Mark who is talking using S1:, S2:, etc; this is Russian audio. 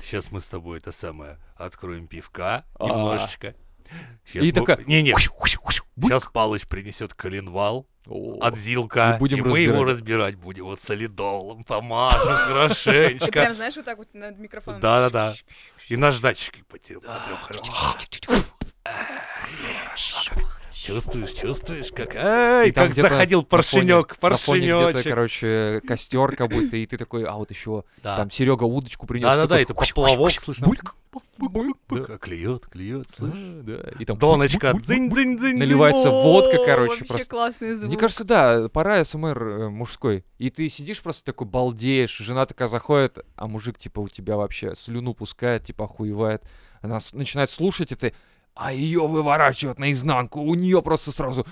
S1: сейчас мы с тобой это самое откроем пивка
S2: А.
S1: немножечко. Щас
S2: И
S1: мы-
S2: такая-
S1: Не-не, сейчас Палыч принесет коленвал
S2: О,
S1: от Зилка,
S2: И будем
S1: мы его разбирать будем. Вот солидолом помажем
S3: Ты прям
S1: хорошенечко.
S3: знаешь вот так вот над микрофоном.
S1: Да-да-да. И наждачкой потерем. потрем хорошо. Чувствуешь, чувствуешь, как... Ай,
S2: И там
S1: как
S2: где-то
S1: заходил
S2: на фоне-
S1: поршенек,
S2: на фоне где-то,
S1: поршенечек.
S2: короче, костер как будто, и ты такой, а вот еще
S1: Да.
S2: там Серега удочку принес.
S1: Да-да-да,
S2: такой,
S1: это поплавок, слышно.
S2: бульк, бульк, бульк.
S1: Да, клюет, клюет, слышишь?
S2: Да, и там
S1: Доночка,
S2: бульк, бульк, бульк.
S1: дзынь-дзынь-дзынь.
S2: Наливается водка, короче,
S3: Вообще
S2: просто.
S3: классный звук.
S2: Мне кажется, да, пора СМР э, мужской. И ты сидишь просто такой балдеешь, жена такая заходит, а мужик типа у тебя вообще слюну пускает, типа охуевает. Она с- начинает слушать, и ты, а ее выворачивает наизнанку, у нее просто сразу